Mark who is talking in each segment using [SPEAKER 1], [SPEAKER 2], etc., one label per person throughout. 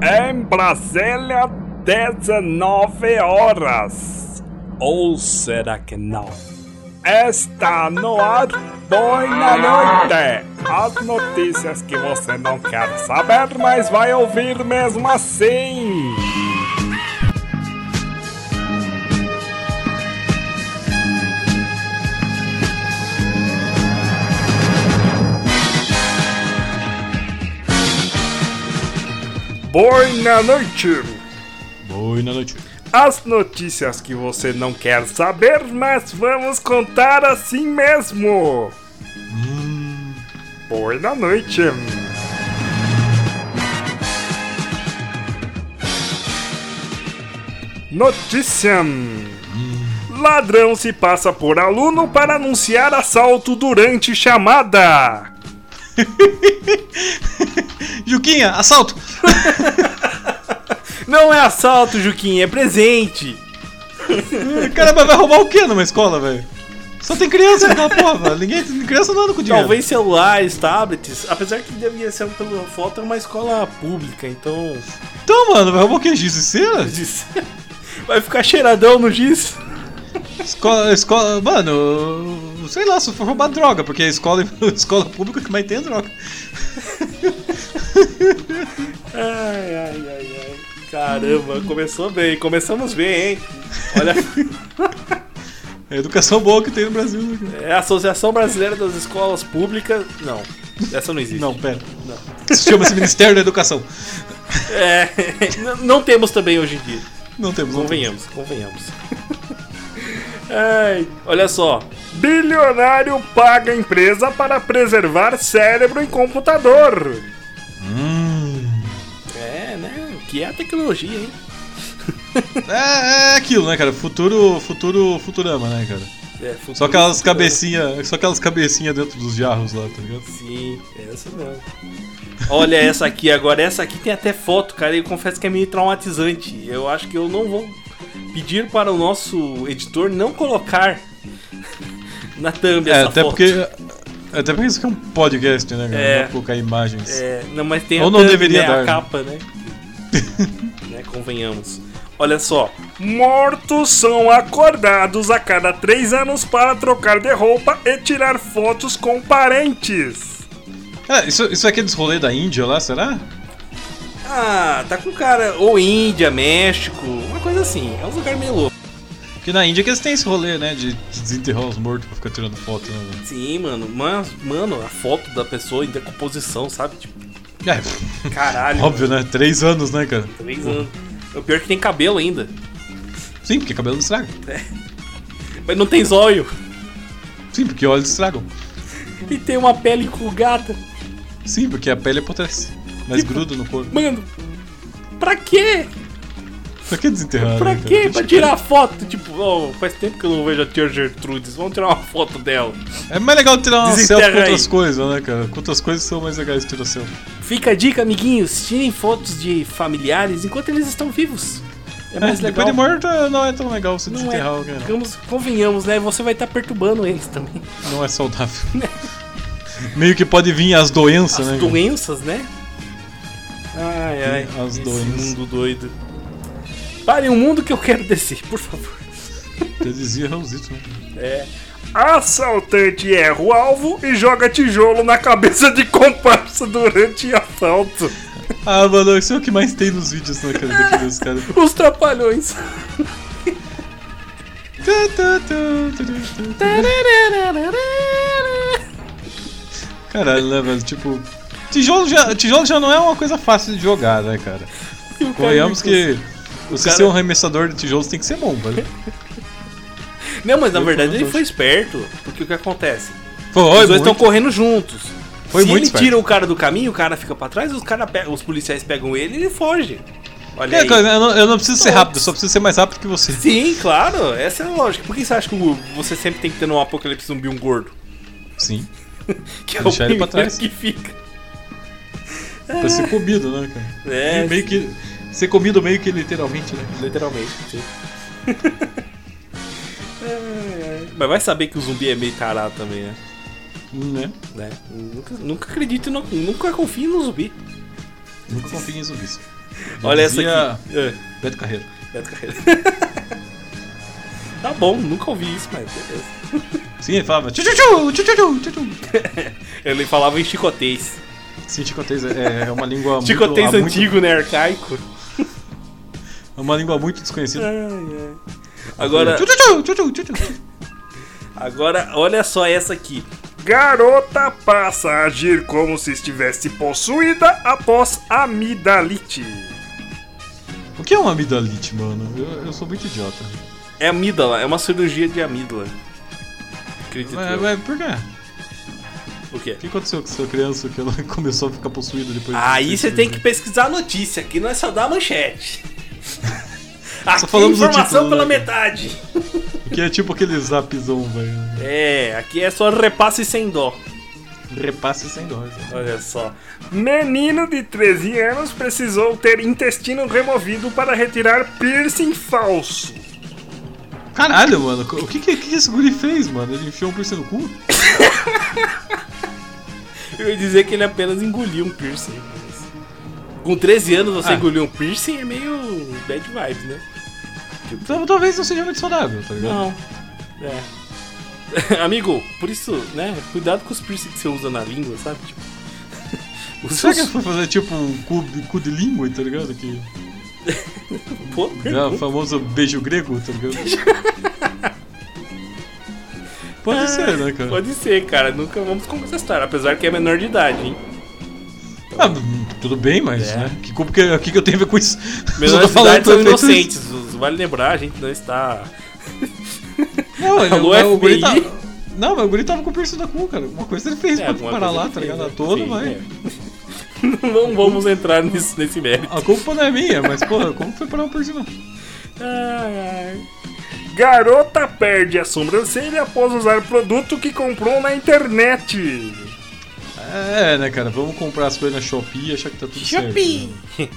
[SPEAKER 1] Em Brasília, 19 horas. Ou será que não? Está no ar Boa Noite. As notícias que você não quer saber, mas vai ouvir mesmo assim. Boa noite.
[SPEAKER 2] Boa noite.
[SPEAKER 1] As notícias que você não quer saber, mas vamos contar assim mesmo. Boa noite. Notícia: Ladrão se passa por aluno para anunciar assalto durante chamada.
[SPEAKER 2] Juquinha, assalto!
[SPEAKER 3] Não é assalto, Juquinha, é presente.
[SPEAKER 2] Caramba, vai roubar o que numa escola, velho? Só tem criança naquela porra, velho. Ninguém, criança não anda com dinheiro.
[SPEAKER 3] Talvez celulares, tablets, apesar que deveria ser pela foto é uma escola pública, então
[SPEAKER 2] Então, mano, vai roubar o que? Giz de cera?
[SPEAKER 3] giz- vai ficar cheiradão no giz.
[SPEAKER 2] Escola, escola, mano, sei lá, se for roubar droga, porque a escola, escola pública que mais tem é droga.
[SPEAKER 3] Ai, ai, ai, ai. Caramba, começou bem, começamos bem, hein? Olha,
[SPEAKER 2] É a educação boa que tem no Brasil. né, cara?
[SPEAKER 3] é a Associação Brasileira das Escolas Públicas. Não, essa não existe.
[SPEAKER 2] Não, pera. Isso Chama-se Ministério da Educação.
[SPEAKER 3] É, n- não temos também hoje em dia.
[SPEAKER 2] Não temos. não
[SPEAKER 3] Convenhamos,
[SPEAKER 2] temos.
[SPEAKER 3] convenhamos. Ai, olha só.
[SPEAKER 1] Bilionário paga empresa para preservar cérebro e computador.
[SPEAKER 2] Hum.
[SPEAKER 3] É, né? O que é a tecnologia, hein?
[SPEAKER 2] É, é aquilo, né, cara? Futuro, futuro, futurama, né, cara?
[SPEAKER 3] É, futuro-
[SPEAKER 2] Só aquelas cabecinhas. Só aquelas cabecinhas dentro dos jarros lá, tá ligado?
[SPEAKER 3] Sim, é essa mesmo. Olha essa aqui agora. Essa aqui tem até foto, cara. E eu confesso que é meio traumatizante. Eu acho que eu não vou pedir para o nosso editor não colocar na thumb
[SPEAKER 2] É,
[SPEAKER 3] essa
[SPEAKER 2] até
[SPEAKER 3] foto.
[SPEAKER 2] porque. Até porque isso aqui é um podcast, né, cara?
[SPEAKER 3] É.
[SPEAKER 2] Não colocar imagens.
[SPEAKER 3] É, não, mas tem a,
[SPEAKER 2] Ou não
[SPEAKER 3] thumb,
[SPEAKER 2] deveria
[SPEAKER 3] né,
[SPEAKER 2] dar,
[SPEAKER 3] a
[SPEAKER 2] né?
[SPEAKER 3] capa, né? né? Convenhamos. Olha só.
[SPEAKER 1] Mortos são acordados a cada três anos para trocar de roupa e tirar fotos com parentes.
[SPEAKER 2] Ah, isso, isso é aqueles rolê da Índia lá, será?
[SPEAKER 3] Ah, tá com cara. Ou Índia, México, uma coisa assim. É um lugar meio louco.
[SPEAKER 2] Porque na Índia que eles têm esse rolê, né? De de desenterrar os mortos pra ficar tirando foto, né? velho?
[SPEAKER 3] Sim, mano. Mas, mano, a foto da pessoa em decomposição, sabe? Tipo,
[SPEAKER 2] É,
[SPEAKER 3] caralho.
[SPEAKER 2] óbvio, né? Três anos, né, cara?
[SPEAKER 3] Três anos. O pior é que tem cabelo ainda.
[SPEAKER 2] Sim, porque cabelo não estraga.
[SPEAKER 3] Mas não tem zóio.
[SPEAKER 2] Sim, porque olhos estragam.
[SPEAKER 3] E tem uma pele enrugada.
[SPEAKER 2] Sim, porque a pele apodrece. Mas gruda no corpo.
[SPEAKER 3] Mano, pra quê?
[SPEAKER 2] Pra que desenterrar?
[SPEAKER 3] Pra
[SPEAKER 2] né, cara?
[SPEAKER 3] quê? Pra tirar foto? Tipo, ó, faz tempo que eu não vejo a tia Gertrudes. Vamos tirar uma foto dela.
[SPEAKER 2] É mais legal tirar uma
[SPEAKER 3] Desenterra
[SPEAKER 2] selfie com outras
[SPEAKER 3] aí.
[SPEAKER 2] coisas, né, cara? Com outras coisas são mais legais tirar selfie.
[SPEAKER 3] Fica a dica, amiguinhos. Tirem fotos de familiares enquanto eles estão vivos. É mais
[SPEAKER 2] É,
[SPEAKER 3] legal.
[SPEAKER 2] Depois de morto não é tão legal se
[SPEAKER 3] Não é,
[SPEAKER 2] desenterrar alguém, não.
[SPEAKER 3] digamos, convenhamos, né? Você vai estar perturbando eles também.
[SPEAKER 2] Não é saudável. Meio que pode vir as doenças,
[SPEAKER 3] As
[SPEAKER 2] né? cara?
[SPEAKER 3] doenças, né? Ai, ai.
[SPEAKER 2] As
[SPEAKER 3] esse
[SPEAKER 2] doenças.
[SPEAKER 3] mundo doido. Pare o mundo que eu quero descer, por favor.
[SPEAKER 2] Eu dizia Raulzito, né?
[SPEAKER 3] É.
[SPEAKER 1] Assaltante erra o alvo e joga tijolo na cabeça de comparsa durante assalto.
[SPEAKER 2] Ah, mano, isso é o que mais tem nos vídeos, né, cara? Daqueles caras.
[SPEAKER 3] Os trapalhões.
[SPEAKER 2] Caralho, né, velho? Tipo. Tijolo já, tijolo já não é uma coisa fácil de jogar, né, cara? Convenhamos que. Você
[SPEAKER 3] cara-
[SPEAKER 2] ser um arremessador de tijolos tem que ser bom, velho.
[SPEAKER 3] Não, mas na verdade
[SPEAKER 2] falando
[SPEAKER 3] ele
[SPEAKER 2] todos.
[SPEAKER 3] foi esperto. Porque o que acontece?
[SPEAKER 2] Foi,
[SPEAKER 3] Os dois
[SPEAKER 2] muito.
[SPEAKER 3] estão correndo juntos.
[SPEAKER 2] Foi
[SPEAKER 3] Se
[SPEAKER 2] muito
[SPEAKER 3] ele
[SPEAKER 2] esperto.
[SPEAKER 3] tira o cara do caminho, o cara fica pra trás, os, cara pe- os policiais pegam ele e ele foge. Olha
[SPEAKER 2] É,
[SPEAKER 3] aí.
[SPEAKER 2] cara, eu, não, eu não preciso ser
[SPEAKER 3] Todos.
[SPEAKER 2] rápido, eu só preciso ser mais rápido que você.
[SPEAKER 3] Sim, claro, essa é a lógica. Por que você acha que o- você sempre tem que ter no apocalipse zumbi um gordo?
[SPEAKER 2] Sim.
[SPEAKER 3] Que é
[SPEAKER 2] Deixar
[SPEAKER 3] o
[SPEAKER 2] ele pra
[SPEAKER 3] primeiro
[SPEAKER 2] trás.
[SPEAKER 3] que fica.
[SPEAKER 2] Pra ser comido, né, cara?
[SPEAKER 3] É,
[SPEAKER 2] E meio que. Ser comido meio que literalmente, né?
[SPEAKER 3] literalmente. sim. É, é. Mas vai saber que o zumbi é meio tarado também, né?
[SPEAKER 2] Hum, Né?
[SPEAKER 3] Né? Nunca, nunca acredito, no- nunca confio no zumbi.
[SPEAKER 2] Nunca confia em zumbis.
[SPEAKER 3] Olha essa aqui. É,
[SPEAKER 2] Beto Carreiro.
[SPEAKER 3] Beto Carreiro. tá bom, nunca ouvi isso, mas beleza.
[SPEAKER 2] Sim, ele falava tchu-tchu-tchu, tchu-tchu-tchu, tchu-tchu.
[SPEAKER 3] Ele falava em chicotês.
[SPEAKER 2] Sim, chicotês é, é uma língua muito...
[SPEAKER 3] Chicotês
[SPEAKER 2] há muito-
[SPEAKER 3] antigo, né? Arcaico.
[SPEAKER 2] É uma língua muito desconhecida.
[SPEAKER 3] Agora,
[SPEAKER 2] Tchu-tchu-tchu, tchu-tchu, tchu-tchu.
[SPEAKER 3] agora, olha só essa aqui.
[SPEAKER 1] Garota passa a agir como se estivesse possuída após amidalite.
[SPEAKER 2] O que é um amidalite, mano? Eu, eu sou muito idiota.
[SPEAKER 3] É amígdala, é uma cirurgia de amígdala. Acredito
[SPEAKER 2] Ué,
[SPEAKER 3] eu.
[SPEAKER 2] ué, por quê?
[SPEAKER 3] O quê?
[SPEAKER 2] O que aconteceu com sua criança que ela começou a ficar possuída depois de
[SPEAKER 3] Aí
[SPEAKER 2] ter
[SPEAKER 3] você
[SPEAKER 2] sido-
[SPEAKER 3] tem que pesquisar a notícia, aqui não é só dar a manchete. Aqui
[SPEAKER 2] falamos do
[SPEAKER 3] informação
[SPEAKER 2] título,
[SPEAKER 3] pela
[SPEAKER 2] né?
[SPEAKER 3] metade.
[SPEAKER 2] Que é tipo aquele zapzão, velho.
[SPEAKER 3] É, aqui é só repasse sem dó.
[SPEAKER 2] Repasse sem dó. assim. velho.
[SPEAKER 3] Olha só.
[SPEAKER 1] Menino de 13 anos precisou ter intestino removido para retirar piercing falso.
[SPEAKER 2] Caralho, mano. O que, que, que esse guri fez, mano? Ele enfiou um piercing no cu?
[SPEAKER 3] Eu ia dizer que ele apenas engoliu um piercing. mas- Com 13 anos você
[SPEAKER 2] Ah.
[SPEAKER 3] engoliu um piercing é meio bad vibes, né?
[SPEAKER 2] Tal- Então, Talvez não seja muito saudável, tá ligado?
[SPEAKER 3] Não. Ah. É. Amigo, por isso, né? Cuidado com os piercing que você usa na língua, sabe? Tipo, os
[SPEAKER 2] Será que ele
[SPEAKER 3] seus-
[SPEAKER 2] foi fazer tipo um cu, cu de língua, tá ligado? Que
[SPEAKER 3] Pô,
[SPEAKER 2] é
[SPEAKER 3] pergunta.
[SPEAKER 2] o famoso beijo grego, tá ligado? Pode ser, né, cara?
[SPEAKER 3] Ah, Pode ser, cara. Nunca vamos conversar essa história, apesar que é menor de idade, hein?
[SPEAKER 2] Ah, hum, tudo bem, mas
[SPEAKER 3] É.
[SPEAKER 2] né? Que culpa que, o que, que eu tenho a ver com isso? Só tô
[SPEAKER 3] Menores de
[SPEAKER 2] falando
[SPEAKER 3] idade são
[SPEAKER 2] pra feito-
[SPEAKER 3] inocentes. os- Vale lembrar, a gente não está.
[SPEAKER 2] Não, ele,
[SPEAKER 3] Alô,
[SPEAKER 2] o guri
[SPEAKER 3] FBI?
[SPEAKER 2] tá- Não, mas o guri tava com o piercing na cu, cara. Uma coisa ele fez pra
[SPEAKER 3] né, alguma
[SPEAKER 2] parar
[SPEAKER 3] É, coisa
[SPEAKER 2] lá,
[SPEAKER 3] ele
[SPEAKER 2] tá
[SPEAKER 3] fez,
[SPEAKER 2] ligado?
[SPEAKER 3] né?
[SPEAKER 2] A todo,
[SPEAKER 3] Sim,
[SPEAKER 2] mas...
[SPEAKER 3] é. Não vamos entrar nisso, nesse mérito.
[SPEAKER 2] A culpa não é minha, mas, porra, como foi parar um piercing na cu?
[SPEAKER 3] Ai, ai.
[SPEAKER 1] Garota perde a sobrancelha após usar produto que comprou na internet.
[SPEAKER 2] É, né, cara? Vamos comprar as coisas na Shopee e achar que tá tudo certo.
[SPEAKER 3] Shopee!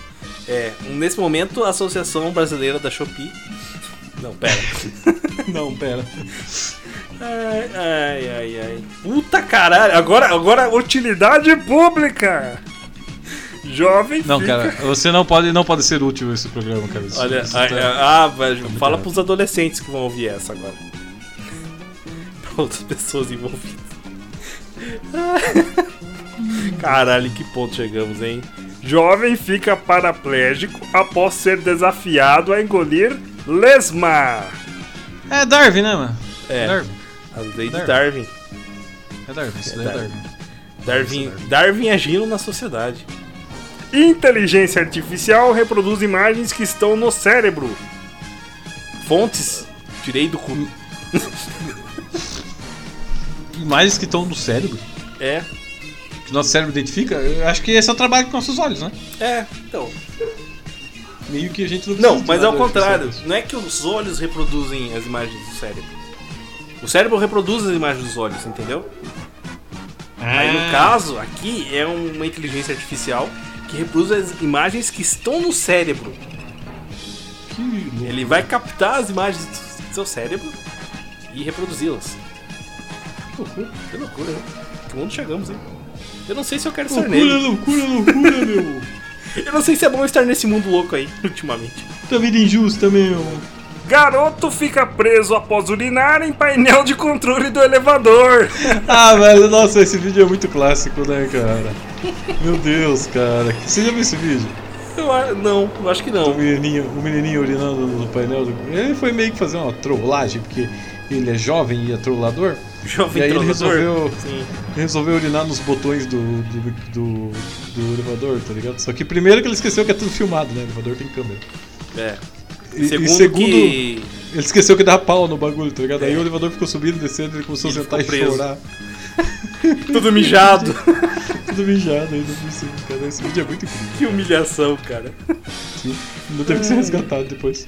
[SPEAKER 3] É, nesse momento, a Associação Brasileira da Shopee. Não, pera.
[SPEAKER 2] Shopee! né? Não, pera.
[SPEAKER 3] ai, ai, ai, ai. Puta caralho, agora, agora.
[SPEAKER 1] Utilidade pública. Jovem
[SPEAKER 2] Não,
[SPEAKER 1] fica...
[SPEAKER 2] cara, você não pode, não pode ser útil esse programa, cara. Isso-
[SPEAKER 3] Olha,
[SPEAKER 2] isso
[SPEAKER 3] ai,
[SPEAKER 2] tá-
[SPEAKER 3] ah, ah, velho, fala
[SPEAKER 2] complicado.
[SPEAKER 3] pros adolescentes que vão ouvir essa agora. Pra outras pessoas envolvidas. Caralho, que ponto chegamos, hein?
[SPEAKER 1] Jovem fica paraplégico após ser desafiado a engolir lesma.
[SPEAKER 2] É Darwin, né, mano?
[SPEAKER 3] É.
[SPEAKER 2] Darwin.
[SPEAKER 3] A lei de
[SPEAKER 2] Darwin.
[SPEAKER 3] Darwin.
[SPEAKER 2] É Darwin, isso
[SPEAKER 3] É
[SPEAKER 2] daí é
[SPEAKER 3] Darwin.
[SPEAKER 2] Darwin.
[SPEAKER 3] Darwin,
[SPEAKER 2] né?
[SPEAKER 3] Darwin agindo na sociedade.
[SPEAKER 1] Inteligência artificial reproduz imagens que estão no cérebro.
[SPEAKER 3] Fontes, tirei do cu.
[SPEAKER 2] Imagens que estão no cérebro,
[SPEAKER 3] É,
[SPEAKER 2] que nosso cérebro identifica, eu acho que esse é o trabalho com nossos olhos, né?
[SPEAKER 3] é, então.
[SPEAKER 2] Meio que a gente não precisa
[SPEAKER 3] Não,
[SPEAKER 2] de
[SPEAKER 3] mas
[SPEAKER 2] nada
[SPEAKER 3] ao contrário.
[SPEAKER 2] especial.
[SPEAKER 3] Não é que os olhos reproduzem as imagens do cérebro. O cérebro reproduz as imagens dos olhos, entendeu? Aí
[SPEAKER 2] Ah,
[SPEAKER 3] no caso, aqui é uma inteligência artificial que reproduz as imagens que estão no cérebro.
[SPEAKER 2] Que louco.
[SPEAKER 3] Ele vai captar as imagens do seu cérebro e reproduzi-las. Que loucura, que loucura, né? Que mundo chegamos, hein? Eu não sei se eu quero estar
[SPEAKER 2] Loucura,
[SPEAKER 3] nele.
[SPEAKER 2] loucura, loucura, meu.
[SPEAKER 3] Eu não sei se é bom estar nesse mundo louco aí, ultimamente.
[SPEAKER 2] Tá vida injusta, meu.
[SPEAKER 1] Garoto fica preso após urinar em painel de controle do elevador.
[SPEAKER 2] Ah, velho, nossa, esse vídeo é muito clássico, né, cara? Meu Deus, cara. Você já viu esse vídeo?
[SPEAKER 3] Eu, a- não, eu acho que
[SPEAKER 2] O
[SPEAKER 3] não.
[SPEAKER 2] menininho, o menininho urinando no painel. do- Ele foi meio que fazer uma trollagem, porque ele é jovem e é trollador.
[SPEAKER 3] Jovem
[SPEAKER 2] E aí ele
[SPEAKER 3] trollador.
[SPEAKER 2] resolveu-
[SPEAKER 3] Sim.
[SPEAKER 2] Ele resolveu urinar nos botões do, do, do, do elevador, tá ligado? Só que primeiro que ele esqueceu que é tudo filmado, né? O elevador tem câmera.
[SPEAKER 3] É.
[SPEAKER 2] E e
[SPEAKER 3] Segundo,
[SPEAKER 2] segundo,
[SPEAKER 3] que.
[SPEAKER 2] ele esqueceu que dá pau no bagulho, tá ligado? Aí
[SPEAKER 3] É.
[SPEAKER 2] o elevador ficou subindo, descendo, ele começou
[SPEAKER 3] Ele
[SPEAKER 2] a sentar e
[SPEAKER 3] ficou preso.
[SPEAKER 2] chorar.
[SPEAKER 3] Tudo mijado.
[SPEAKER 2] Tudo mijado ainda por cima, cara. Esse vídeo é muito incrível.
[SPEAKER 3] que humilhação, cara.
[SPEAKER 2] Sim. Não teve
[SPEAKER 3] É.
[SPEAKER 2] que ser resgatado depois.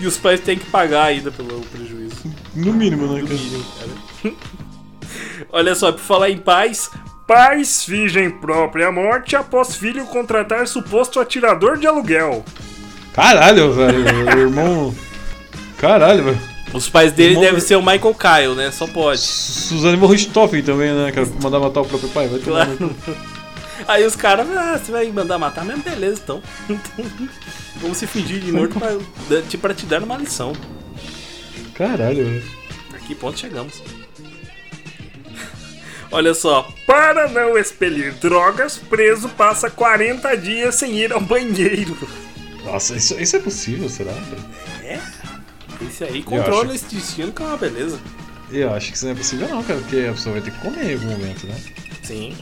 [SPEAKER 3] E os pais têm que pagar ainda pelo prejuízo.
[SPEAKER 2] No mínimo, né,
[SPEAKER 3] Do
[SPEAKER 2] cara?
[SPEAKER 3] mínimo, cara. Olha só, por falar em paz,
[SPEAKER 1] Pais fingem própria morte após filho contratar suposto atirador de aluguel.
[SPEAKER 2] Caralho, velho. O irmão. Caralho, velho.
[SPEAKER 3] os pais dele
[SPEAKER 2] Irmão-
[SPEAKER 3] devem ser o Michael Kyle, né? Só pode.
[SPEAKER 2] Suzane Morristoffen também, né, cara? Mandar matar o próprio pai, vai tomar.
[SPEAKER 3] Claro. Aí os caras, ah, você vai mandar matar mesmo? Beleza, então. Vamos se fingir de morto pra, te- pra te dar uma lição.
[SPEAKER 2] Caralho, velho.
[SPEAKER 3] A que ponto chegamos? Olha só. Para não expelir drogas, preso passa 40 dias sem ir ao banheiro.
[SPEAKER 2] Nossa, isso, isso é possível, será?
[SPEAKER 3] É? Esse aí
[SPEAKER 2] acho.
[SPEAKER 3] controla esse destino que é uma beleza.
[SPEAKER 2] Eu acho que isso não é possível não, cara, porque a pessoa vai ter que comer em algum momento, né?
[SPEAKER 3] Sim.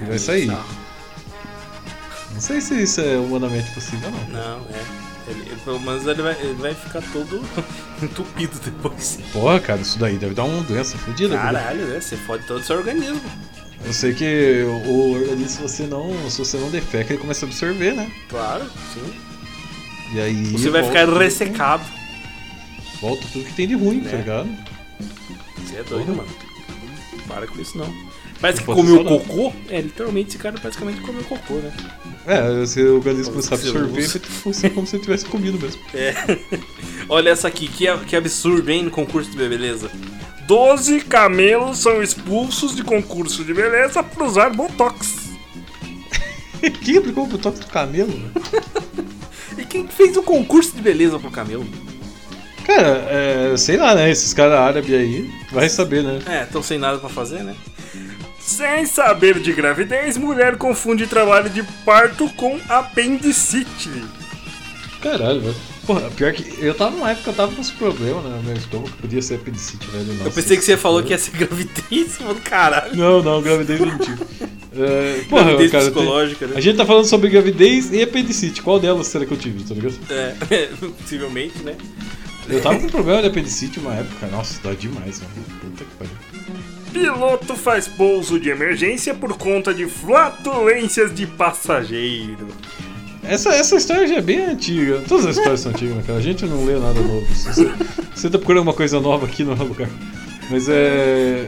[SPEAKER 2] E vai sair. Não sei se isso é humanamente possível não.
[SPEAKER 3] Não, é. Ele, ele- pelo menos ele vai, ele vai ficar todo entupido depois.
[SPEAKER 2] Porra, cara, isso daí deve dar uma doença fodida. cara.
[SPEAKER 3] Caralho, né? Você fode todo o seu organismo.
[SPEAKER 2] Eu sei que o organismo, se você não, se você não defeca, ele começa a absorver, né?
[SPEAKER 3] Claro, sim.
[SPEAKER 2] E aí...
[SPEAKER 3] Você vai
[SPEAKER 2] volta
[SPEAKER 3] ficar
[SPEAKER 2] tudo que
[SPEAKER 3] ressecado.
[SPEAKER 2] tem- Volta tudo que tem de ruim,
[SPEAKER 3] Né?
[SPEAKER 2] tá ligado?
[SPEAKER 3] Você é doido, mano. Para com isso, não. Parece que
[SPEAKER 2] Não pode
[SPEAKER 3] comeu
[SPEAKER 2] ser, não.
[SPEAKER 3] cocô? É, literalmente esse cara praticamente comeu cocô, né?
[SPEAKER 2] É, se o organismo começar a
[SPEAKER 3] Você
[SPEAKER 2] absorver,
[SPEAKER 3] usa.
[SPEAKER 2] vai funciona como se ele tivesse comido mesmo.
[SPEAKER 3] Olha essa aqui, que, a- que absurdo, hein, no concurso de beleza.
[SPEAKER 1] 12 camelos são expulsos de concurso de beleza por usar botox.
[SPEAKER 2] Quem aplicou o botox do camelo? né? velho?
[SPEAKER 3] E quem que fez o concurso de beleza pro camelo?
[SPEAKER 2] Cara, é, sei lá, né? Esses caras árabes aí, vai saber, né?
[SPEAKER 3] É, tão sem nada pra fazer, né?
[SPEAKER 1] Sem saber de gravidez, mulher confunde trabalho de parto com apendicite.
[SPEAKER 2] Caralho, velho. Porra, pior que eu tava numa época que eu tava com esse problema, né? Meu estômago podia ser apendicite, né, velho.
[SPEAKER 3] Eu pensei que você falou que ia ser gravidez, mano, caralho.
[SPEAKER 2] Não, não, gravidez não tive. É, porra,
[SPEAKER 3] gravidez
[SPEAKER 2] cara,
[SPEAKER 3] psicológica,
[SPEAKER 2] tem-
[SPEAKER 3] né?
[SPEAKER 2] A gente tá falando sobre gravidez e apendicite. Qual delas será que eu tive, tá ligado?
[SPEAKER 3] É, possivelmente, né?
[SPEAKER 2] Eu tava com um problema de apendicite uma época. Nossa, dói demais, mano. Puta que pariu.
[SPEAKER 1] Piloto faz pouso de emergência por conta de flatulências de passageiro.
[SPEAKER 2] Essa, essa história já é bem antiga. Todas as histórias são antigas, né, cara? A gente não lê nada novo. Se Você, se você tá procurando uma coisa nova aqui no lugar. Mas é.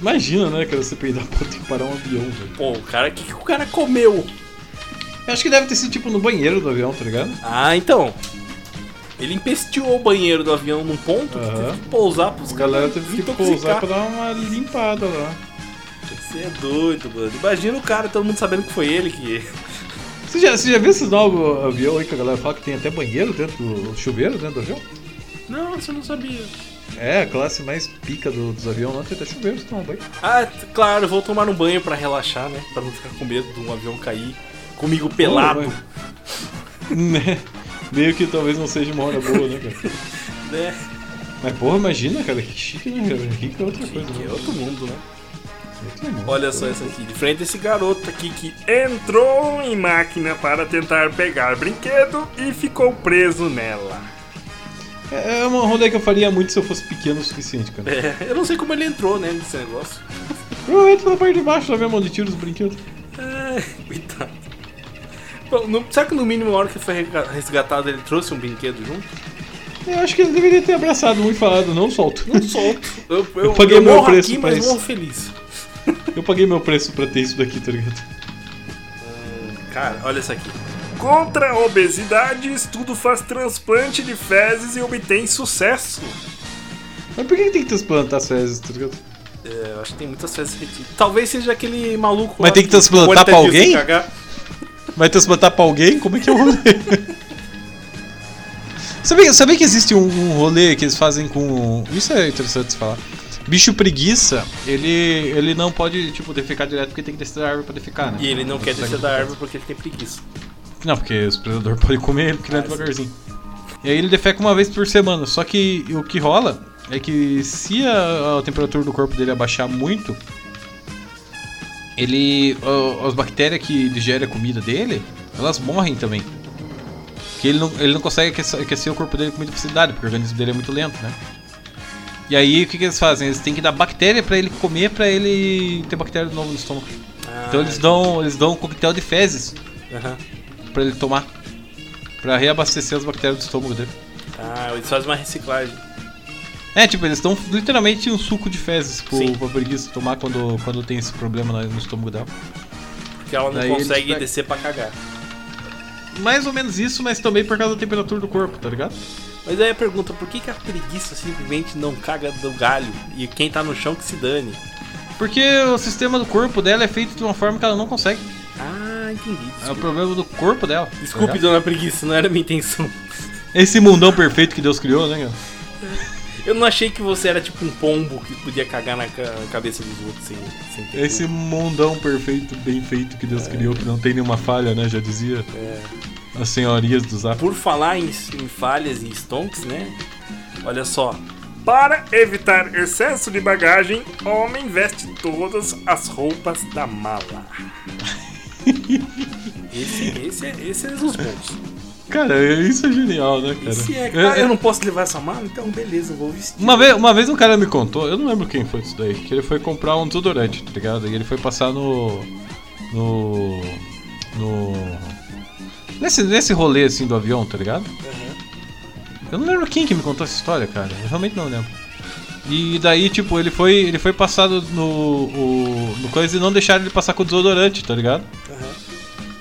[SPEAKER 2] Imagina, né, cara, você peidar pra ter que parar um avião, velho.
[SPEAKER 3] Pô, o cara, o que, que o cara comeu?
[SPEAKER 2] Eu acho que deve ter sido tipo no banheiro do avião, tá ligado?
[SPEAKER 3] Ah, então. Ele empesteou o banheiro do avião num ponto que
[SPEAKER 2] Aham.
[SPEAKER 3] teve que pousar pros
[SPEAKER 2] A
[SPEAKER 3] caras.
[SPEAKER 2] galera teve que pousar pra dar uma limpada lá.
[SPEAKER 3] Você é doido, mano. Imagina o cara, todo mundo sabendo que foi ele que.
[SPEAKER 2] Você já, você já viu esses novos aviões aí que a galera fala que tem até banheiro dentro do. chuveiro dentro do avião?
[SPEAKER 3] Não, você não sabia.
[SPEAKER 2] É, a classe mais pica do- dos aviões lá tem até chuveiro, um você toma banho.
[SPEAKER 3] Ah, t- claro, vou tomar um banho pra relaxar, né? Pra não ficar com medo de um avião cair comigo pelado.
[SPEAKER 2] Toma banho. Né? Meio que talvez não seja uma hora boa, né, cara?
[SPEAKER 3] né?
[SPEAKER 2] Mas porra, imagina, cara, que chique, né, cara? Rico é outra coisa,
[SPEAKER 3] Que
[SPEAKER 2] né?
[SPEAKER 3] é outro mundo, né?
[SPEAKER 2] Outro mundo.
[SPEAKER 3] Olha só essa aqui, de frente esse garoto aqui que.
[SPEAKER 1] Entrou em máquina para tentar pegar brinquedo e ficou preso nela.
[SPEAKER 2] É é uma rolê que eu faria muito se eu fosse pequeno o suficiente, cara.
[SPEAKER 3] É, eu não sei como ele entrou, né, nesse negócio.
[SPEAKER 2] Provavelmente pela parte de baixo, sabe, onde tira os brinquedos.
[SPEAKER 3] É, coitado. Bom, no- será que no mínimo a hora que foi rega- resgatado ele trouxe um brinquedo junto?
[SPEAKER 2] Eu acho que ele deveria ter abraçado muito e falado, não solto.
[SPEAKER 3] Não solto. Eu, eu,
[SPEAKER 2] Eu paguei
[SPEAKER 3] eu
[SPEAKER 2] meu
[SPEAKER 3] morro
[SPEAKER 2] preço
[SPEAKER 3] aqui,
[SPEAKER 2] pra
[SPEAKER 3] mas
[SPEAKER 2] isso.
[SPEAKER 3] morro feliz.
[SPEAKER 2] Eu paguei meu preço pra ter isso daqui, tá ligado?
[SPEAKER 3] Cara, olha essa aqui.
[SPEAKER 1] Contra a obesidade, estudo faz transplante de fezes e obtém sucesso.
[SPEAKER 2] Mas por que que tem que transplantar as fezes, tá ligado?
[SPEAKER 3] É, eu acho que tem muitas fezes repetidas. Talvez seja aquele maluco.
[SPEAKER 2] Mas
[SPEAKER 3] lá
[SPEAKER 2] tem que
[SPEAKER 3] 40
[SPEAKER 2] transplantar pra
[SPEAKER 3] dias sem
[SPEAKER 2] alguém?
[SPEAKER 3] cagar.
[SPEAKER 2] Vai transplantar pra alguém? Como é que é o rolê? sabia, sabia que existe um, um rolê que eles fazem com. Isso é interessante se falar. Bicho preguiça, ele, ele não pode, tipo, defecar direto porque tem que descer da árvore pra defecar, né?
[SPEAKER 3] E ele não quer descer da árvore porque ele tem preguiça.
[SPEAKER 2] Não, porque os predadores podem comer ele porque ele é devagarzinho. E aí ele defeca uma vez por semana. Só que o que rola é que se a, a temperatura do corpo dele abaixar muito, ele. a- as bactérias que digerem a comida dele, elas morrem também. Porque ele não, ele não consegue aquecer, aquecer o corpo dele com muita facilidade, porque o organismo dele é muito lento, né? E aí o que, que eles fazem? Eles têm que dar bactéria pra ele comer pra ele ter bactéria de novo no estômago. Então eles dão, eles dão um coquetel de fezes
[SPEAKER 3] Ah, Aham.
[SPEAKER 2] pra ele tomar. Pra reabastecer as bactérias do estômago dele.
[SPEAKER 3] Ah, eles fazem uma reciclagem.
[SPEAKER 2] É, tipo, eles estão literalmente um suco de fezes pro,
[SPEAKER 3] Sim.
[SPEAKER 2] pra preguiça tomar quando, quando tem esse problema na- no estômago dela.
[SPEAKER 3] Porque ela não
[SPEAKER 2] Daí eles
[SPEAKER 3] consegue
[SPEAKER 2] pegam-
[SPEAKER 3] descer pra cagar.
[SPEAKER 2] Mais ou menos isso, mas também por causa da temperatura do corpo, tá ligado?
[SPEAKER 3] Mas aí a pergunta, por que, que a preguiça simplesmente não caga do galho? E quem tá no chão que se dane.
[SPEAKER 2] Porque o sistema do corpo dela é feito de uma forma que ela não consegue.
[SPEAKER 3] Ah, entendi.
[SPEAKER 2] É o problema do corpo dela.
[SPEAKER 3] Desculpe,
[SPEAKER 2] Tá ligado?
[SPEAKER 3] dona preguiça, não era minha intenção.
[SPEAKER 2] Esse mundão perfeito que Deus criou, né, cara?
[SPEAKER 3] Eu não achei que você era tipo um pombo que podia cagar na ca- cabeça dos outros sem, sem ter.
[SPEAKER 2] Esse mundão perfeito, bem feito que Deus criou, que não tem nenhuma falha, né? Já dizia
[SPEAKER 3] É.
[SPEAKER 2] as senhorias do zap.
[SPEAKER 3] Por falar em, em falhas e stonks, né? Olha só.
[SPEAKER 1] Para evitar excesso de bagagem, homem veste todas as roupas da mala.
[SPEAKER 3] Esse, esse, é- esse é os bons.
[SPEAKER 2] Cara, isso é genial, né, cara?
[SPEAKER 3] Esse é,
[SPEAKER 2] Eu-
[SPEAKER 3] cara,
[SPEAKER 2] eu-
[SPEAKER 3] eu não posso levar essa mala, então beleza, eu vou vestir.
[SPEAKER 2] Uma vez, uma vez um cara me contou, eu não lembro quem foi disso daí, que ele foi comprar um desodorante, tá ligado? E ele foi passar no. No. No. Nesse, nesse rolê assim do avião, tá ligado? Eu não lembro quem que me contou essa história, cara. Eu realmente não lembro. E daí, tipo, ele foi. Ele foi passado no. o- no coisa e não deixaram ele passar com o desodorante, tá ligado?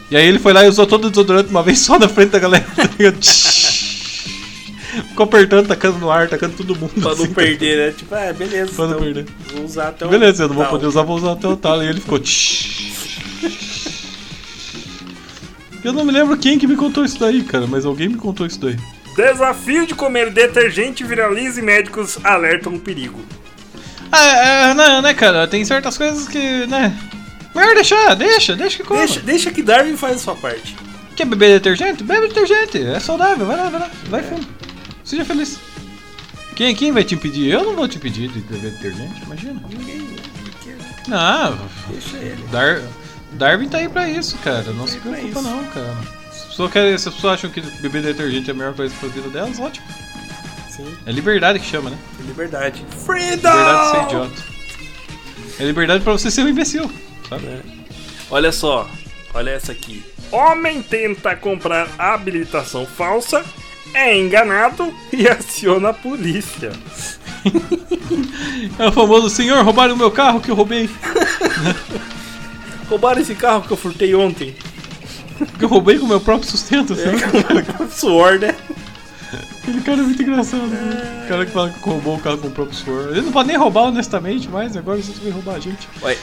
[SPEAKER 2] E aí ele foi lá e usou todo o desodorante uma vez só na frente da galera, tá ligado? Ficou apertando, tacando no ar, tacando todo mundo.
[SPEAKER 3] Pra
[SPEAKER 2] assim,
[SPEAKER 3] não perder, né? Tipo, é, beleza.
[SPEAKER 2] Pra não
[SPEAKER 3] então
[SPEAKER 2] perder.
[SPEAKER 3] Vou usar até o.
[SPEAKER 2] Beleza, eu não vou
[SPEAKER 3] tal.
[SPEAKER 2] poder usar, vou usar até o talo. E ele ficou. Eu não me lembro quem que me contou isso daí, cara, mas alguém me contou isso daí.
[SPEAKER 1] Desafio de comer detergente viraliza e médicos alertam o perigo.
[SPEAKER 2] Ah, é, não, né, cara? Tem certas coisas que, né? Melhor deixar, deixa, deixa que coma.
[SPEAKER 3] Deixa, deixa que Darwin faz a sua parte.
[SPEAKER 2] Quer beber detergente? Bebe detergente, é saudável, vai lá, vai lá, vai fundo. Seja feliz. Quem, quem vai te impedir? Eu não vou te impedir de beber detergente, imagina. Ah, Não,
[SPEAKER 3] Deixa ele.
[SPEAKER 2] Dar Darwin tá aí pra isso, cara. Não se
[SPEAKER 3] aí pra
[SPEAKER 2] preocupa
[SPEAKER 3] isso.
[SPEAKER 2] não, cara. Se a pessoa quer, se a pessoa acha que beber detergente é a melhor coisa pra vida delas, ótimo.
[SPEAKER 3] Sim,
[SPEAKER 2] É liberdade que chama, né?
[SPEAKER 3] liberdade.
[SPEAKER 2] Liberdade de ser
[SPEAKER 3] Freedom!
[SPEAKER 2] idiota. É liberdade pra você ser um imbecil, sabe?
[SPEAKER 3] Olha só, olha essa aqui.
[SPEAKER 1] Homem tenta comprar habilitação falsa, é enganado e aciona a polícia.
[SPEAKER 2] É o famoso senhor, roubaram o meu carro que eu roubei.
[SPEAKER 3] Roubaram esse carro que eu furtei ontem.
[SPEAKER 2] Que eu roubei com o meu próprio sustento, sabe?
[SPEAKER 3] Suor, né?
[SPEAKER 2] Aquele cara é muito engraçado. né? O cara que fala que roubou o carro com o próprio suor. Ele não pode nem roubar honestamente, mas agora vocês vêm roubar a gente.
[SPEAKER 3] Ué.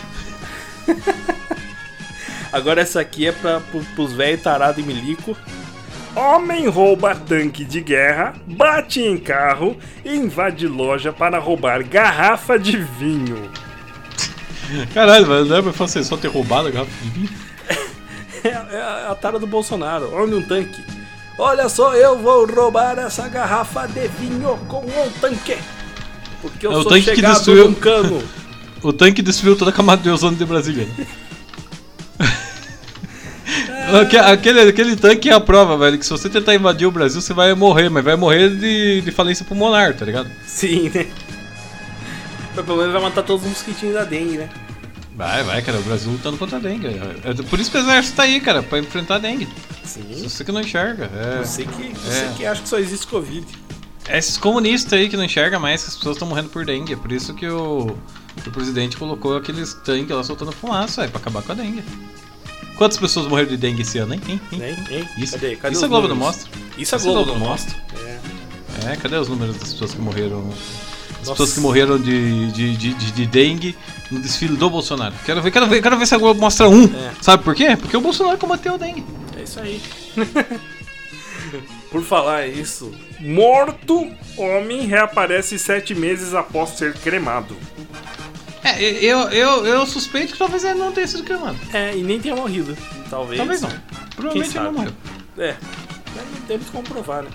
[SPEAKER 3] Agora essa aqui é pra, pro- pros velhos tarado e milico.
[SPEAKER 1] Homem rouba tanque de guerra, bate em carro e invade loja para roubar garrafa de vinho.
[SPEAKER 2] Caralho, velho, não é pra fazer só ter roubado a garrafa de vinho?
[SPEAKER 3] É, é a tara do Bolsonaro. Olha um tanque. Olha só, eu vou roubar essa garrafa de vinho com um tanque. Porque eu
[SPEAKER 2] É o
[SPEAKER 3] sou
[SPEAKER 2] tanque que
[SPEAKER 3] chegado
[SPEAKER 2] destruiu-
[SPEAKER 3] num cano.
[SPEAKER 2] O tanque destruiu toda a camada de ozônio de Brasília. né? Aque- aquele, aquele tanque é a prova, velho. Que se você tentar invadir o Brasil, você vai morrer, mas vai morrer de, de falência pulmonar, tá ligado?
[SPEAKER 3] Sim, né? Mas pelo menos vai matar todos os mosquitinhos da dengue, né?
[SPEAKER 2] Vai, vai, cara. O Brasil tá lutando contra a dengue. É por isso que o exército tá aí, cara, pra enfrentar a dengue.
[SPEAKER 3] Sim.
[SPEAKER 2] Você que não enxerga. É,
[SPEAKER 3] Você que, você
[SPEAKER 2] É.
[SPEAKER 3] que acha que só existe Covid.
[SPEAKER 2] é esses comunistas aí que não enxerga mais que as pessoas estão morrendo por dengue. É por isso que o, o presidente colocou aqueles tanques lá soltando fumaça, é pra acabar com a dengue. Quantas pessoas morreram de dengue esse ano, hein? Hein? Hein?
[SPEAKER 3] Hein? Hein?
[SPEAKER 2] Isso,
[SPEAKER 3] né? Cadê? Cadê
[SPEAKER 2] isso a
[SPEAKER 3] os
[SPEAKER 2] Globo não
[SPEAKER 3] números?
[SPEAKER 2] mostra.
[SPEAKER 3] Isso a
[SPEAKER 2] Isso a
[SPEAKER 3] Globo
[SPEAKER 2] Globo
[SPEAKER 3] não
[SPEAKER 2] não
[SPEAKER 3] mostra. É.
[SPEAKER 2] É, cadê os números das pessoas que morreram? As
[SPEAKER 3] Nossa.
[SPEAKER 2] pessoas que morreram de, de, de, de- de dengue no desfile do Bolsonaro. Quero ver, quero ver, quero ver se a Globo mostra um.
[SPEAKER 3] É.
[SPEAKER 2] Sabe por quê? Porque o Bolsonaro combateu a dengue.
[SPEAKER 3] É isso aí. Por falar isso,
[SPEAKER 1] Morto, homem reaparece sete meses após ser cremado.
[SPEAKER 2] É, e- eu, eu, eu suspeito que talvez ele não tenha sido cremado.
[SPEAKER 3] é, e nem tenha morrido. Talvez.
[SPEAKER 2] Talvez não. Provavelmente ele
[SPEAKER 3] sabe?
[SPEAKER 2] não morreu.
[SPEAKER 3] É. Mas não temos que comprovar, né?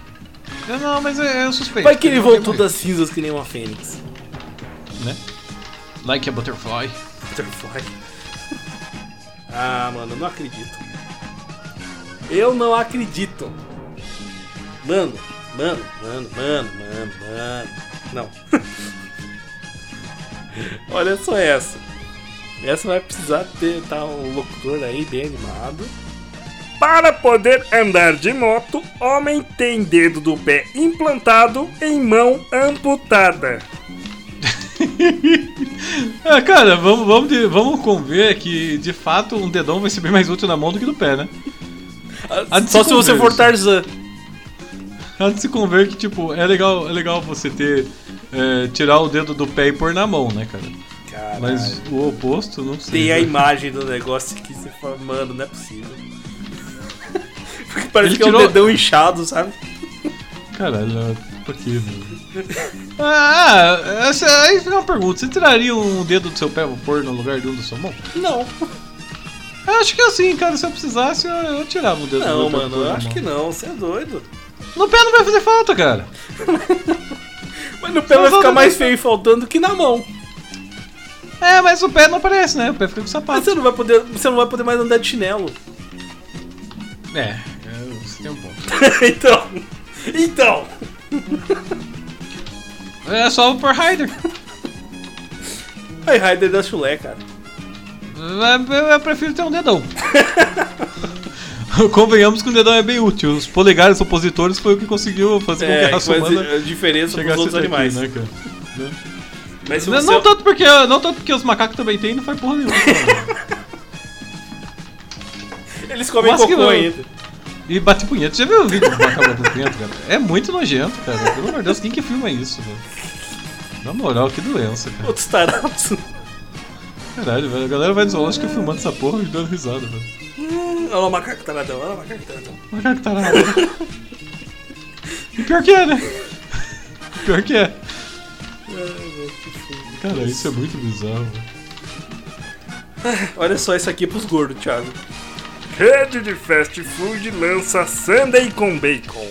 [SPEAKER 2] Eu não, mas eu, eu suspeito.
[SPEAKER 3] Vai que ele
[SPEAKER 2] não tenha
[SPEAKER 3] voltou
[SPEAKER 2] morrido,
[SPEAKER 3] das cinzas que nem uma fênix.
[SPEAKER 2] Né? Like a butterfly.
[SPEAKER 3] Butterfly. Ah, mano, eu não acredito. Eu não acredito. Mano, mano, mano, mano, mano, mano. Não. Olha só essa. Essa vai precisar ter tá, um locutor aí bem animado.
[SPEAKER 1] Para poder andar de moto, homem tem dedo do pé implantado em mão amputada.
[SPEAKER 2] É, cara, vamos, vamos, de- vamos conver que de fato um dedão vai ser bem mais útil na mão do que no pé, né? Ah,
[SPEAKER 3] Só se você for
[SPEAKER 2] desculpa.
[SPEAKER 3] Tarzan.
[SPEAKER 2] Ela se conver que, tipo, é legal, é legal você ter. é, tirar o dedo do pé e pôr na mão, né, cara?
[SPEAKER 1] Caralho.
[SPEAKER 2] Mas o oposto, não sei.
[SPEAKER 3] Tem a
[SPEAKER 2] né?
[SPEAKER 3] imagem do negócio aqui, você fala, mano, não é possível. Porque parece
[SPEAKER 2] Ele
[SPEAKER 3] que é
[SPEAKER 2] tirou-
[SPEAKER 3] um dedão inchado, sabe?
[SPEAKER 2] Caralho, por que, velho? Ah, essa aí fica uma pergunta. Você tiraria um dedo do seu pé pra pôr no lugar de um do seu mão?
[SPEAKER 3] Não,
[SPEAKER 2] Eu acho que assim, cara, se eu precisasse, eu, eu tirava um dedo
[SPEAKER 3] não,
[SPEAKER 2] do meu pé. pra
[SPEAKER 3] mano,
[SPEAKER 2] pôr
[SPEAKER 3] eu
[SPEAKER 2] na
[SPEAKER 3] acho
[SPEAKER 2] mão.
[SPEAKER 3] que não, você é doido.
[SPEAKER 2] No pé não vai fazer falta, cara.
[SPEAKER 3] Mas no pé
[SPEAKER 2] Mas
[SPEAKER 3] vai ficar
[SPEAKER 2] eu-
[SPEAKER 3] mais feio faltando que na mão.
[SPEAKER 2] É, mas o pé não aparece, né? O pé fica com
[SPEAKER 3] Mas
[SPEAKER 2] sapato.
[SPEAKER 3] Ah, você não vai poder, você não vai poder mais andar de chinelo.
[SPEAKER 2] É, é, você tem um ponto.
[SPEAKER 3] então, então,
[SPEAKER 2] É só o Power Rider.
[SPEAKER 3] aí Raider da chulé, cara.
[SPEAKER 2] Eu, eu- eu prefiro ter um dedão. Convenhamos que o dedão é bem útil. Os polegares opositores foi o que conseguiu fazer com que a raça
[SPEAKER 3] É, mas
[SPEAKER 2] humana
[SPEAKER 3] a diferença dos
[SPEAKER 2] chegasse
[SPEAKER 3] outros
[SPEAKER 2] até aqui,
[SPEAKER 3] animais.
[SPEAKER 2] né, cara?
[SPEAKER 3] Mas se
[SPEAKER 2] Não,
[SPEAKER 3] você...
[SPEAKER 2] não tanto porque, não tanto porque os macacos também têm, não faz porra nenhuma.
[SPEAKER 3] Eles comem
[SPEAKER 2] Mas que
[SPEAKER 3] cocô
[SPEAKER 2] não.
[SPEAKER 3] ainda.
[SPEAKER 2] e bate punheta. Já viu o vídeo do macaco batendo punheta, cara? É muito nojento, cara. Pelo amor de Deus, quem que filma isso, velho? Na moral, que doença, cara.
[SPEAKER 3] Outros tarados.
[SPEAKER 2] Caralho, velho. A galera vai no zoológico filmando essa porra e dando risada, velho.
[SPEAKER 3] Olha lá o macaco taradão, olha lá o macaco tá, taradão.
[SPEAKER 2] Macaco tarado. tá e pior que é, né? Pior que é. Cara, isso é muito bizarro, velho.
[SPEAKER 3] Olha só isso aqui pros gordos, Thiago.
[SPEAKER 1] Rede de fast food lança Sunday com bacon.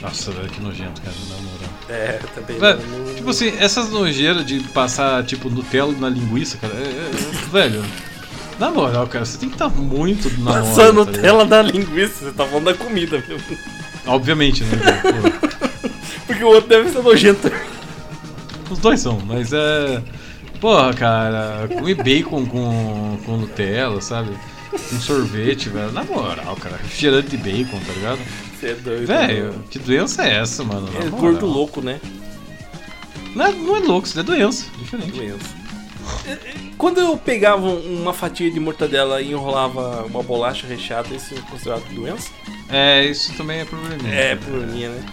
[SPEAKER 2] Nossa, velho, que nojento, cara. Na moral.
[SPEAKER 3] É, também. não-
[SPEAKER 2] Velho, tipo assim, essas nojeiras de passar, tipo, Nutella na linguiça, cara, é, é- é- velho. Na moral, cara, você tem que estar muito na hora.
[SPEAKER 3] Passando
[SPEAKER 2] tá ligado?
[SPEAKER 3] Nutella na linguiça, você tá falando da comida mesmo.
[SPEAKER 2] Obviamente, né? cara? Pô,
[SPEAKER 3] Porque o outro deve ser nojento.
[SPEAKER 2] os dois são, mas é. Porra, cara, comer bacon com, com Nutella, sabe? Com sorvete, velho. Na moral, cara, refrigerante de bacon, tá ligado?
[SPEAKER 3] Você é doido.
[SPEAKER 2] Velho, que doença é essa, mano? Na
[SPEAKER 3] É
[SPEAKER 2] moral.
[SPEAKER 3] gordo louco, né?
[SPEAKER 2] Não é, não é louco, isso é doença. Diferente.
[SPEAKER 3] Quando eu pegava uma fatia de mortadela e enrolava uma bolacha recheada, isso é considerado doença?
[SPEAKER 2] É, isso também é probleminha.
[SPEAKER 3] É, por minha, né?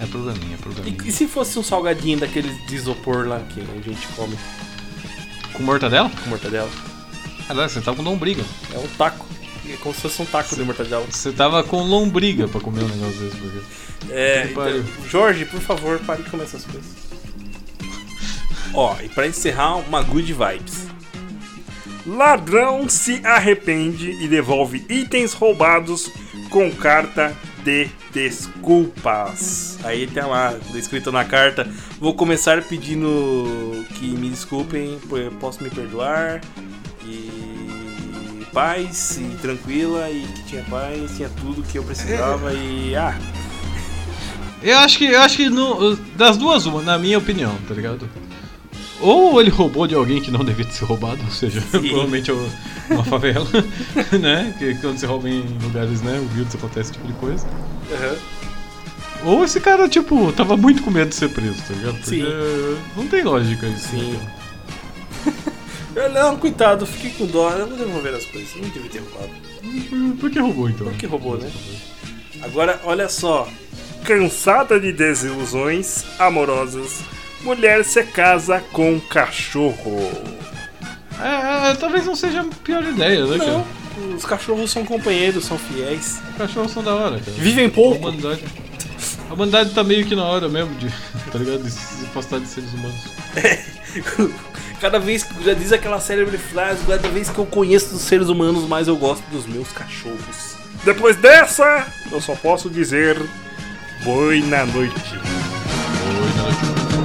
[SPEAKER 2] É probleminha, é
[SPEAKER 3] E,
[SPEAKER 2] probleminha.
[SPEAKER 3] e se fosse um salgadinho daqueles de isopor lá que a gente come
[SPEAKER 2] Com mortadela?
[SPEAKER 3] com mortadela?
[SPEAKER 2] Caralho, você tava com lombriga.
[SPEAKER 3] É um taco. É como se fosse um taco de mortadela.
[SPEAKER 2] Você tava com lombriga pra comer um negócio desse, porque.
[SPEAKER 3] É,
[SPEAKER 2] Que pariu.
[SPEAKER 3] então, Jorge, por favor, pare de comer essas coisas. Ó, e pra encerrar, uma good vibes.
[SPEAKER 1] Ladrão se arrepende e devolve itens roubados com carta de desculpas.
[SPEAKER 3] Aí tá lá, escrito na carta, vou começar pedindo que me desculpem, po- posso me perdoar, e paz, e tranquila, e que tinha paz, tinha tudo que eu precisava, e ah,
[SPEAKER 2] Eu acho que. Eu acho que no- das duas, uma, na minha opinião, tá ligado? Ou ele roubou de alguém que não devia ser roubado, ou seja, provavelmente é uma favela, né? Que quando você rouba em lugares, né, humildes acontece esse tipo de coisa. Ou esse cara, tipo, tava muito com medo de ser preso, tá ligado? Porque eh,
[SPEAKER 3] Sim.
[SPEAKER 2] não tem lógica isso.
[SPEAKER 3] Sim.
[SPEAKER 2] né, cara?
[SPEAKER 3] eu, não, coitado, fiquei com dó, eu vou devolver as coisas, não devia ter roubado.
[SPEAKER 2] Por- Por que roubou então?
[SPEAKER 3] Por que roubou, né? Agora, olha só,
[SPEAKER 1] Cansada de desilusões amorosas, mulher se casa com cachorro.
[SPEAKER 2] É, é, talvez não seja a pior ideia, né,
[SPEAKER 3] não,
[SPEAKER 2] cara?
[SPEAKER 3] os cachorros são companheiros, são fiéis,
[SPEAKER 2] Cachorros são da hora, cara.
[SPEAKER 3] vivem
[SPEAKER 2] A
[SPEAKER 3] pouco.
[SPEAKER 2] humanidade. A humanidade tá meio que na hora mesmo de. Tá ligado? De se afastar de seres humanos.
[SPEAKER 3] Cada vez que já diz aquela célebre frase, cada vez que eu conheço dos seres humanos, mais eu gosto dos meus cachorros.
[SPEAKER 1] Depois dessa, eu só posso dizer boa noite.
[SPEAKER 2] Oi,